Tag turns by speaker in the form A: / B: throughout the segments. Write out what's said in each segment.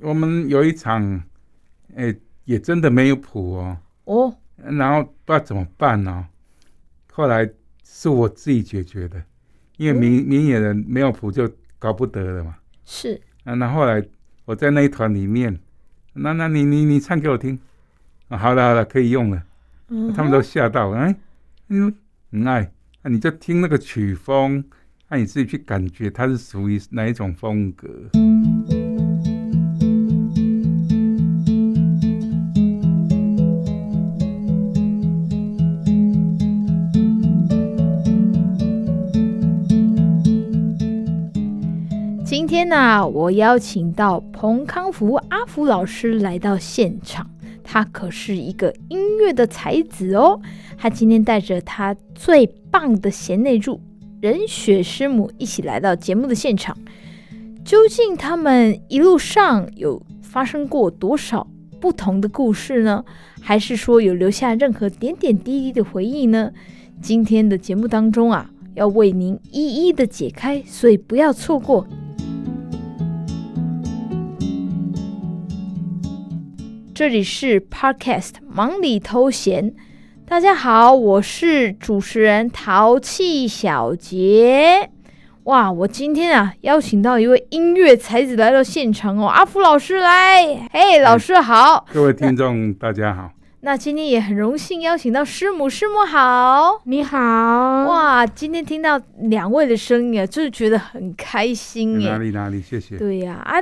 A: 我们有一场，哎、也真的没有谱哦，
B: 哦，
A: 然后不知道怎么办呢、后来是我自己解决的，因为明明眼人没有谱就搞不得了嘛。
B: 是
A: 啊，那后来我在那一团里面，那那你你你唱给我听，啊，好了好了，可以用了。
B: 嗯
A: 他们都吓到，哎，嗯，嗯哎，那你就听那个曲风，那、你自己去感觉它是属于哪一种风格。
B: 今天呢、我邀请到彭康福阿福老师来到现场，他可是一个音乐的才子哦。他今天带着他最棒的贤内助任雪师母一起来到节目的现场。究竟他们一路上有发生过多少不同的故事呢？还是说有留下任何点点滴滴的回忆呢？今天的节目当中啊，要为您一一的解开，所以不要错过。这里是 Podcast 忙里偷闲。大家好，我是主持人淘气小杰。哇，我今天啊邀请到一位音乐才子来到现场哦，阿福老师来，嘿，老师好。
A: 各位听众，大家好，
B: 那今天也很荣幸邀请到师母，师母好。
C: 你好，
B: 哇，今天听到两位的声音啊，就是觉得很开心
A: 哪
B: 耶。
A: 里哪里，谢谢。
B: 对呀、啊，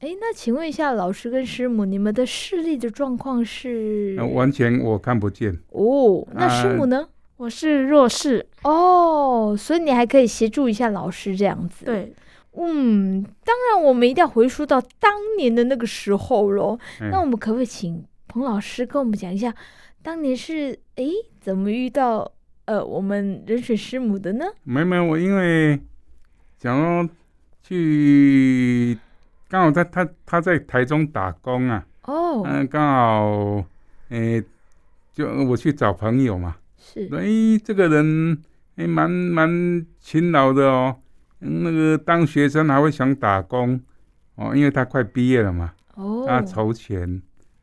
B: 哎，那请问一下老师跟师母，你们的视力的状况是？
A: 呃完全我看不见，
B: 哦，那师
A: 呃
B: 母呢？
C: 我是弱视。
B: 哦，所以你还可以协助一下老师这样子。，
C: 对，
B: 嗯，当然我们一定要回溯到当年的那个时候喽。
A: 嗯
B: 那我们可不可以请彭老师跟我们讲一下，当年是诶怎么遇到呃我们人水师母的呢？
A: 没没，我因为想说去，刚好在他他在台中打工啊，
B: 哦，
A: 嗯，刚好，诶、就我去找朋友嘛，
B: 是
A: 说，诶，这个人诶，蛮蛮勤劳的哦，嗯那个当学生还会想打工哦，因为他快毕业了嘛，
B: 哦，
A: 他筹钱，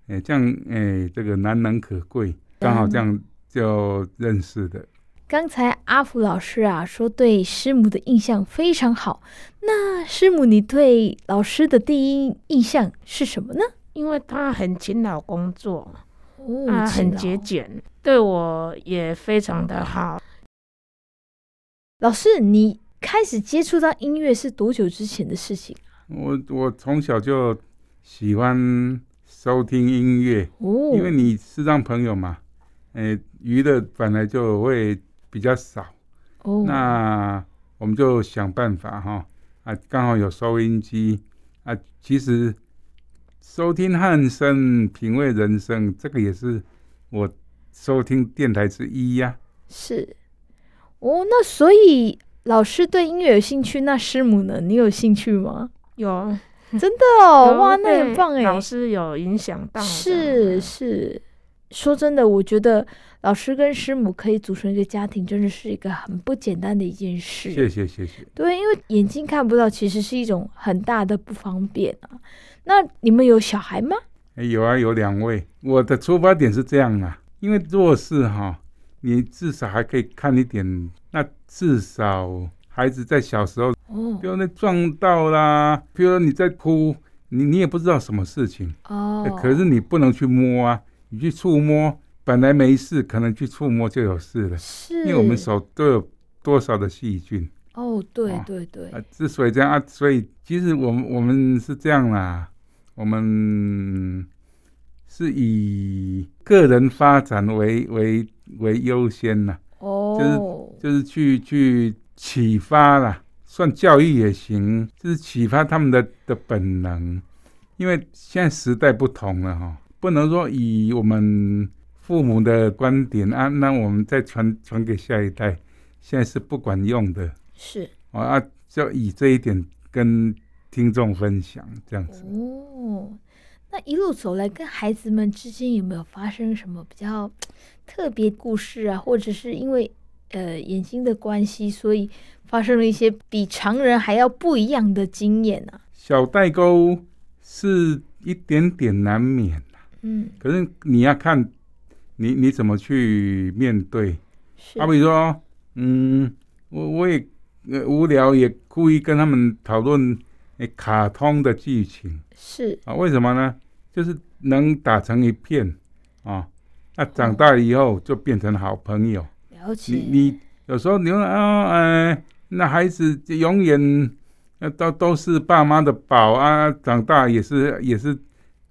A: 诶，这样诶，这个难能可贵，刚好这样
B: 嗯
A: 就认识的。
B: 刚才阿福老师啊说对师母的印象非常好，那师母你对老师的第一印象是什么呢？
C: 因为他很勤劳工作，
B: 哦
C: 啊，
B: 勤
C: 很
B: 劳
C: 节俭，对我也非常的好。
B: 老师，你开始接触到音乐是多久之前的事情？
A: 我我从小就喜欢收听音乐，
B: 哦，
A: 因为你是让朋友嘛，诶，娱乐本来就会比较少。
B: 哦，
A: 那我们就想办法哈啊，刚好有收音机啊，其实收听汉声、品味人生，这个也是我收听电台之一呀、
B: 是哦，那所以老师对音乐有兴趣，那师母呢？你有兴趣吗？
C: 有
B: 真的哦，
C: 有
B: 哇，那
C: 被
B: 很棒哎，
C: 老师有影响到的，
B: 是是。说真的，我觉得老师跟师母可以组成一个家庭，真的是一个很不简单的一件事。
A: 谢谢谢谢。
B: 对，因为眼睛看不到，其实是一种很大的不方便啊。那你们有小孩吗？
A: 哎有啊，有两位。我的出发点是这样啊，因为弱势哈，你至少还可以看一点，那至少孩子在小时候
B: 哦
A: 比如那撞到啦，比如说你在哭，你你也不知道什么事情，呃
B: 哦，
A: 可是你不能去摸啊，你去触摸，本来没事，可能去触摸就有事了，
B: 是
A: 因为我们手都有多少的细菌
B: 哦，对
A: 哦
B: 对对
A: 啊、，之所以这样啊，所以其实我们我们是这样啦，我们是以个人发展为为为优先呐、
B: 哦，
A: 呃就是去去启发啦，算教育也行，就是启发他们的的本能，因为现在时代不同了哈、不能说以我们父母的观点啊，那我们再传传给下一代，现在是不管用的
B: 是
A: 哦啊，就以这一点跟听众分享这样子。
B: 哦。那一路走来，跟孩子们之间有没有发生什么比较特别故事啊？或者是因为呃眼睛的关系，所以发生了一些比常人还要不一样的经验啊？
A: 小代沟是一点点难免，
B: 嗯，
A: 可是你要看你你怎么去面对。啊
B: 是
A: 好比说，嗯，我我也、呃、无聊，也故意跟他们讨论、诶卡通的剧情
B: 是
A: 啊，为什么呢？就是能打成一片啊，那长大以后就变成好朋友。
B: 了解，
A: 你你有时候你说啊，呃，那孩子就永远呃都都是爸妈的宝啊，长大也是也是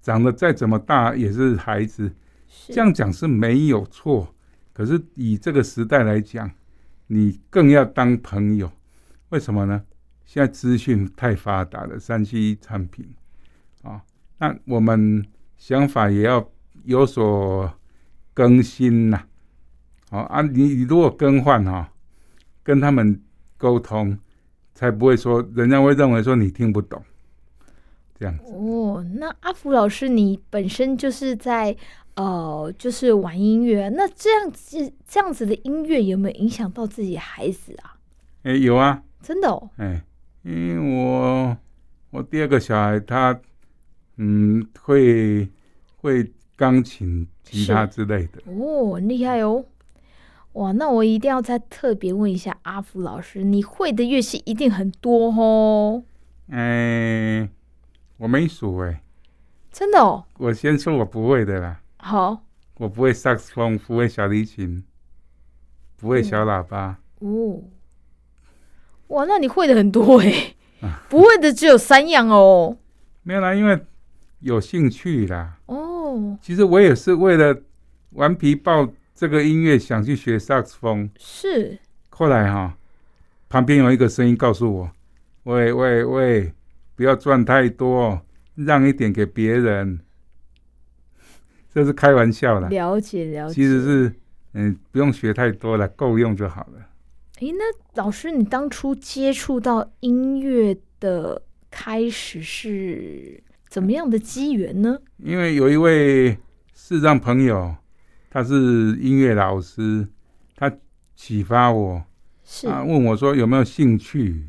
A: 长得再怎么大也是孩子，
B: 是
A: 这样讲是没有错。可是以这个时代来讲，你更要当朋友，为什么呢？现在资讯太发达了，三 C 产品啊，那我们想法也要有所更新呐、好啊，你你如果更换哈、哦跟他们沟通，才不会说人家会认为说你听不懂，这样
B: 哦，那阿福老师，你本身就是在呃，就是玩音乐，啊那这样子这样子的音乐有没有影响到自己孩子啊？
A: 哎、有啊，
B: 真的哦，
A: 哎，因为我我第二个小孩他嗯会会钢琴、吉他之类的，
B: 哦，很厉害哦。哇，那我一定要再特别问一下阿福老师，你会的乐器一定很多哦，
A: 哎，我没数哎，
B: 真的哦。
A: 我先说我不会的啦，
B: 好
A: 我不会萨克斯风，不会小提琴，不会小喇叭，
B: 哦，哇，那你会的很多 诶，不会的只有三样哦。
A: 没有啦，因为有兴趣啦。
B: 哦，
A: 其实我也是为了顽皮豹这个音乐想去学萨克斯风，
B: 是
A: 后来哈、旁边有一个声音告诉我：“喂喂喂，不要赚太多，让一点给别人。” 这是开玩笑啦，
B: 了解了解。
A: 啊其实是嗯，不用学太多了，够用就好了。
B: 诶，那老师，你当初接触到音乐的开始是怎么样的机缘呢？
A: 因为有一位视障朋友，他是音乐老师，他启发我，
B: 是、
A: 啊，问我说有没有兴趣，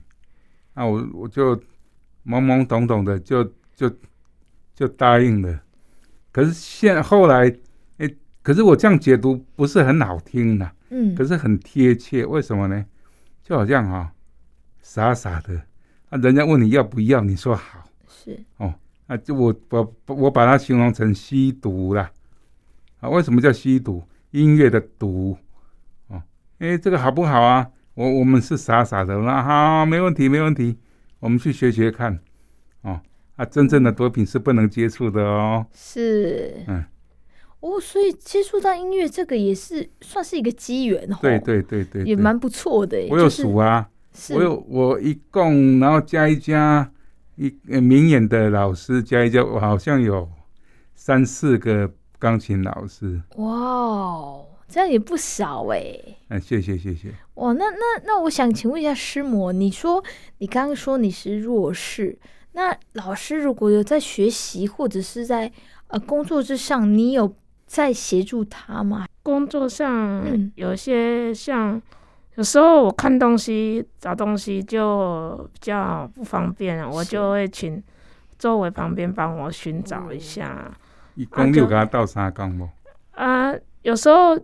A: 啊，我我就懵懵懂懂的就就就答应了。可是现后来，哎、可是我这样解读不是很好听呐、
B: 嗯，
A: 可是很贴切。为什么呢？就好像哈、哦傻傻的，啊，人家问你要不要，你说好，
B: 是
A: 啊，就我我我把它形容成吸毒啦，啊，为什么叫吸毒？音乐的毒，哦，哎，这个好不好啊？我我们是傻傻的，那好，没问题，没问题，我们去学学看，哦，啊，真正的毒品是不能接触的哦，
B: 是，
A: 嗯，
B: 哦，所以接触到音乐这个也是算是一个机缘哦，
A: 对对对对，
B: 也
A: 对
B: 蛮不错的诶。
A: 我有
B: 就是
A: 数啊，
B: 是
A: 我有我一共，然后加一加一呃明眼的老师，加一加，我好像有三四个钢琴老师，
B: 哇哦，这样也不少诶。
A: 嗯，谢谢谢谢。
B: 哇，那那那，我想请问一下师母，你说你刚刚说你是弱势，那老师如果有在学习或者是在呃工作之上，你有在协助他吗？
C: 工作上
B: 嗯
C: 有些像，有时候我看东西、找东西就比较不方便了，我
B: 是
C: 就会请周围旁边帮我寻找
B: 嗯
C: 一下。
A: 一公
C: 就
A: 六给他倒三公不？
C: 啊、有时候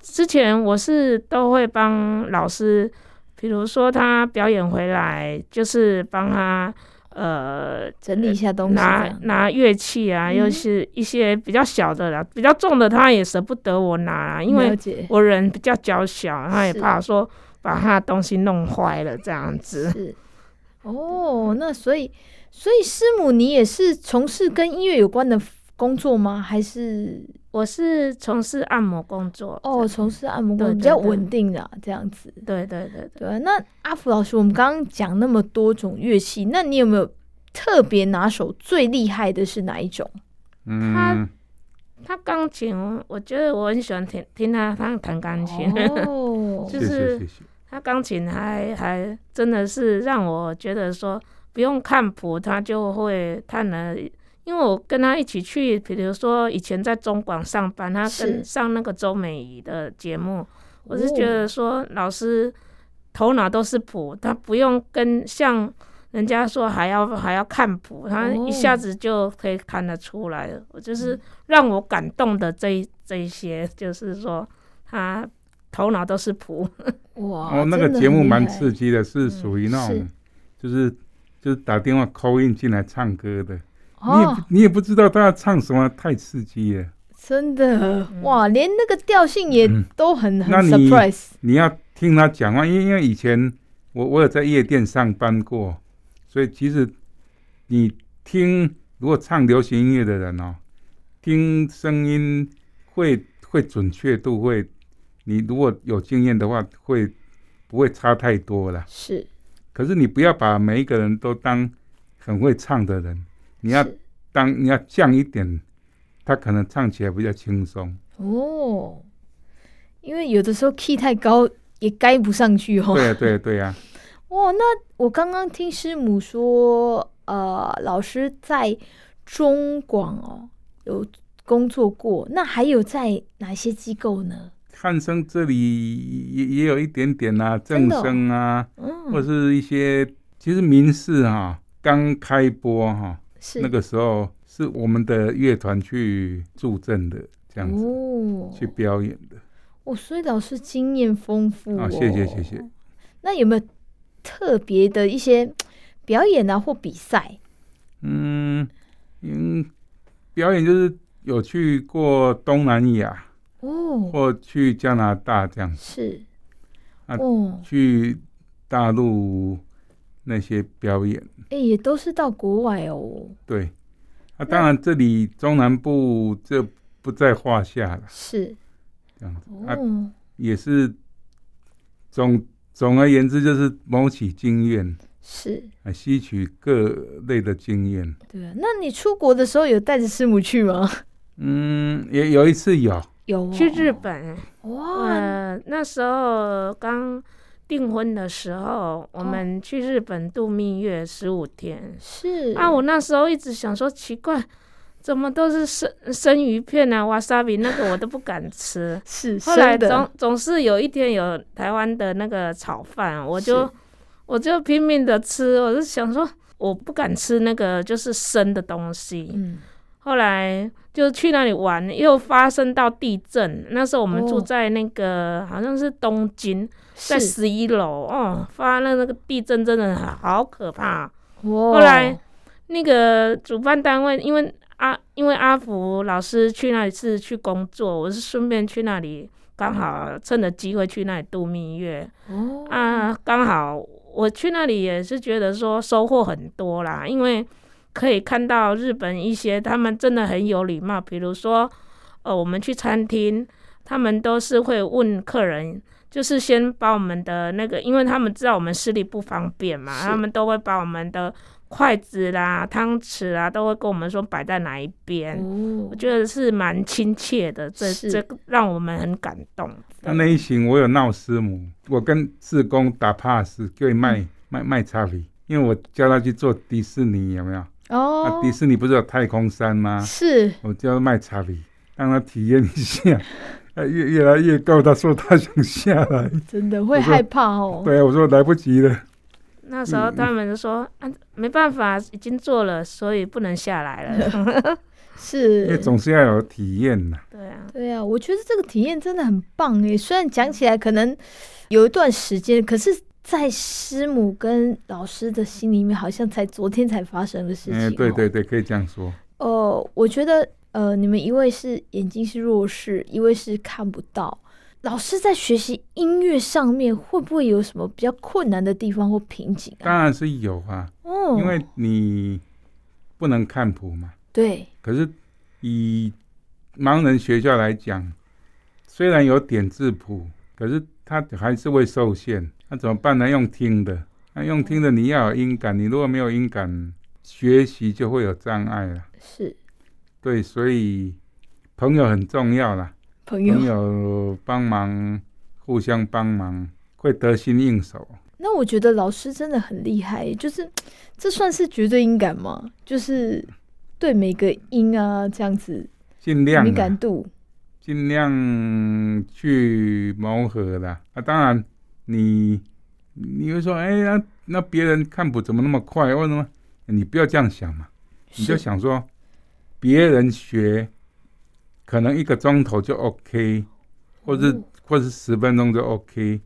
C: 之前我是都会帮老师，比如说他表演回来，就是帮他呃
B: 整理一下东西这
C: 拿
B: 样，
C: 拿乐器啊，又
B: 嗯
C: 是一些比较小的啦，比较重的他也舍不得我拿啊，因为
B: 了解
C: 我人比较娇小，他也
B: 是
C: 怕说把他的东西弄坏了这样子。
B: 是哦，那所以所以师母你也是从事跟音乐有关的工作吗？还是
C: 我是从事按摩工作
B: 哦，，从事按摩工
C: 对
B: 作
C: 对
B: 比较
C: 对
B: 稳定的、这样子？
C: 对对对对，
B: 对啊，那阿福老师，我们刚刚讲那么多种乐器，那你有没有特别拿手最厉害的是哪一种？
A: 嗯，
C: 他钢琴，我觉得我很喜欢听听他他弹钢琴。
B: 哦，
A: 嗯
C: 就
A: 谢
C: 是
A: 谢谢谢。
C: 他钢琴还还真的是让我觉得说，不用看谱，他就会弹了。因为我跟他一起去，比如说以前在中广上班，他
B: 是
C: 跟上那个周美仪的节目，我是
B: 哦
C: 觉得说老师头脑都是谱，他不用跟像人家说还要还要看谱，他
B: 哦嗯
C: 一下子就可以看得出来了。我就是让我感动的这一这一些，就是说他头脑都是谱，
B: 哇，
A: 哦，那个
B: 真的
A: 节目
B: 很厉
A: 蛮
B: 害
A: 刺激的，是属于那
B: 是
A: 种，就是就是打电话 call in 进来唱歌的，你也不
B: 哦，
A: 你也不知道他要唱什么，太刺激了。
B: 真的
C: 嗯
B: 哇，连那个调性也
A: 嗯
B: 都很很
A: 那你
B: surprise
A: 你要听他讲话，因为因为以前我我有在夜店上班过，所以其实你听如果唱流行音乐的人哦，听声音会会准确度会，你如果有经验的话，会不会差太多了？
B: 是
A: 可是你不要把每一个人都当很会唱的人，你要
B: 是
A: 当你要降一点，他可能唱起来比较轻松。
B: 哦，因为有的时候 key 太高也该不上去哦。
A: 对啊，对啊，对啊，
B: 哇，那我刚刚听师母说，呃，老师在中广哦有工作过，那还有在哪些机构呢？
A: 汉生这里也也有一点点啊，
B: 真
A: 正
B: 的哦
A: 生啊，或
B: 嗯，
A: 是一些其实民视哈、刚开播哈、
B: 是
A: 那个时候是我们的乐团去助阵的，这样子、
B: 哦，
A: 去表演的。
B: 哦，所以老师经验丰富
A: 啊
B: 哦。
A: 谢谢谢谢。
B: 那有没有特别的一些表演啊或比赛？
A: 嗯嗯，表演就是有去过东南亚
B: 哦，
A: 或去加拿大这样子，
B: 是，
A: 啊
B: 哦，
A: 去大陆那些表演。
B: 哎、也都是到国外哦。
A: 对，啊，当然这里中南部这不在话下了，
B: 是，
A: 这样子
B: 哦，
A: 啊，也是总总而言之就是谋取经验，
B: 是，
A: 啊，吸取各类的经验。
B: 对啊。那你出国的时候有带着师母去吗？
A: 嗯，也有一次有，
B: 有、哦，
C: 去日本。
B: 哇，嗯
C: 呃，那时候刚订婚的时候，我们去日本度蜜月十五天。
B: 哦是。
C: 啊，我那时候一直想说，奇怪，怎么都是生生鱼片啊、瓦萨比那个我都不敢吃
B: 是
C: 后来
B: 生的
C: 总总是有一天有台湾的那个炒饭，我就是我就拼命的吃，我就想说我不敢吃那个就是生的东西。
B: 嗯，
C: 后来就去那里玩，又发生到地震。那时候我们
B: 哦
C: 住在那个、好像是东京，在
B: 是嗯
C: 十一楼哦，发了那个地震真的好可怕。
B: 哦
C: 后来那个主办单位因为阿因为阿福老师去那里是去工作，我是顺便去那里，刚好趁着机会去那里度蜜月
B: 哦
C: 啊，刚好我去那里也是觉得说收获很多啦，因为可以看到日本一些他们真的很有礼貌，比如说呃，我们去餐厅，他们都是会问客人。就是先把我们的那个，因为他们知道我们视力不方便嘛，
B: 是
C: 他们都会把我们的筷子啦、汤匙啦，都会跟我们说摆在哪一边。
B: 哦
C: 我，觉得是蛮亲切的，这
B: 是
C: 这个让我们很感动。
A: 那那一行我有闹师母，我跟志工打 pass，就卖、
B: 嗯
A: 卖卖差评，因为我叫他去做迪士尼，有没有？啊，
B: 哦
A: 迪士尼不是有太空山吗？
B: 是
A: 我叫他卖茶礼，让他体验一下。 啊，越越来越高，他说他想下来。
B: 真的会
A: 我说
B: 害怕哦。
A: 对啊，我说来不及了。
C: 那时候他们就说、啊，没办法，已经做了，所以不能下来了。
A: 因为
B: 是，
A: 总是要有体验呐。
C: 对啊，
B: 对啊，我觉得这个体验真的很棒诶。虽然讲起来可能有一段时间，可是，在师母跟老师的心里面，好像才昨天才发生的事情、哦
A: 哎，对对。对，可以这样说。
B: 呃，我觉得呃，你们一位是眼睛是弱视，一位是看不到。老师在学习音乐上面会不会有什么比较困难的地方或瓶颈啊？
A: 当然是有啊，
B: 哦，
A: 因为你不能看谱嘛。
B: 对
A: 可是以盲人学校来讲，虽然有点字谱，可是他还是会受限。那怎么办呢？用听的，那用听的你要有音感，你如果没有音感，学习就会有障碍了。
B: 是
A: 对，所以朋友很重要啦，
B: 朋友
A: 朋友帮忙，互相帮忙，会得心应手。
B: 那我觉得老师真的很厉害，就是这算是绝对音感吗？就是对每个音啊这样子
A: 尽量
B: 敏
A: 啊
B: 感度
A: 尽量去磨合啦。啊，当然你你会说，哎，那那别人看谱怎么那么快？为什么？你不要这样想嘛，你就是想说，别人学可能一个钟头就 OK，或是、
B: 哦
A: 或是十分钟就 OK，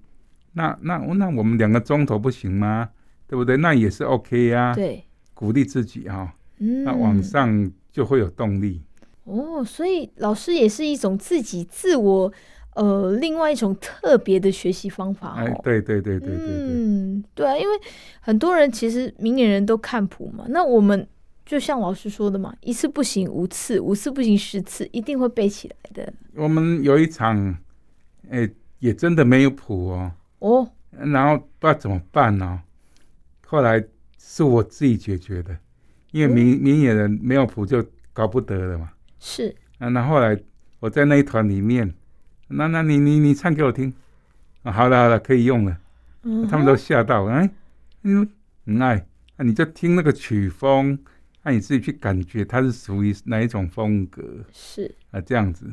A: 那那那我们两个钟头不行吗？对不对？那也是 OK 呀、
B: 对，
A: 鼓励自己啊、
B: 嗯，
A: 那往上就会有动力。
B: 哦，所以老师也是一种自己自我，呃，另外一种特别的学习方法
A: 哎
B: 哦，。
A: 对对对对对对，
B: 嗯，对啊，因为很多人其实明眼人都看谱嘛，那我们就像老师说的嘛，一次不行五次，五次不行十次，一定会背起来的。
A: 我们有一场，哎，也真的没有谱哦，
B: 哦，
A: 然后不知道怎么办呢、后来是我自己解决的，因为
B: 嗯
A: 明明眼人没有谱就搞不得了嘛。
B: 是
A: 啊，那后来我在那一团里面，那那你你你唱给我听，啊，好了好了，可以用了。
B: 嗯
A: 他们都吓到，哎，嗯，嗯哎，那你就听那个曲风，那、你自己去感觉它是属于哪一种风格
B: 是
A: 啊？这样子，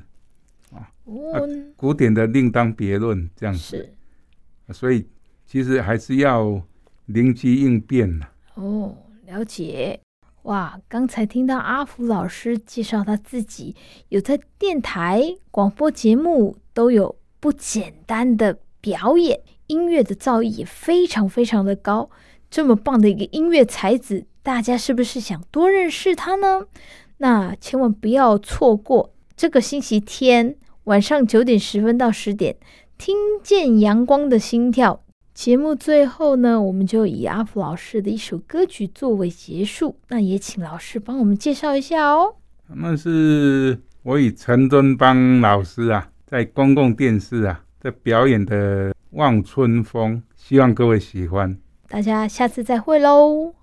A: 啊
B: 哦，
A: 古典的另当别论，这样子。
B: 是
A: 所以其实还是要灵机应变啊呐。
B: 哦，了解。哇，刚才听到阿福老师介绍他自己，有在电台、广播节目都有不简单的表演，音乐的造诣也非常非常的高。这么棒的一个音乐才子，大家是不是想多认识他呢？那千万不要错过这个星期天晚上九点十分到十点，听见阳光的心跳节目最后呢，我们就以阿福老师的一首歌曲作为结束。那也请老师帮我们介绍一下哦。
A: 那是我与陈敦邦老师啊，在公共电视啊在表演的《望春风》，希望各位喜欢。
B: 大家下次再会喽。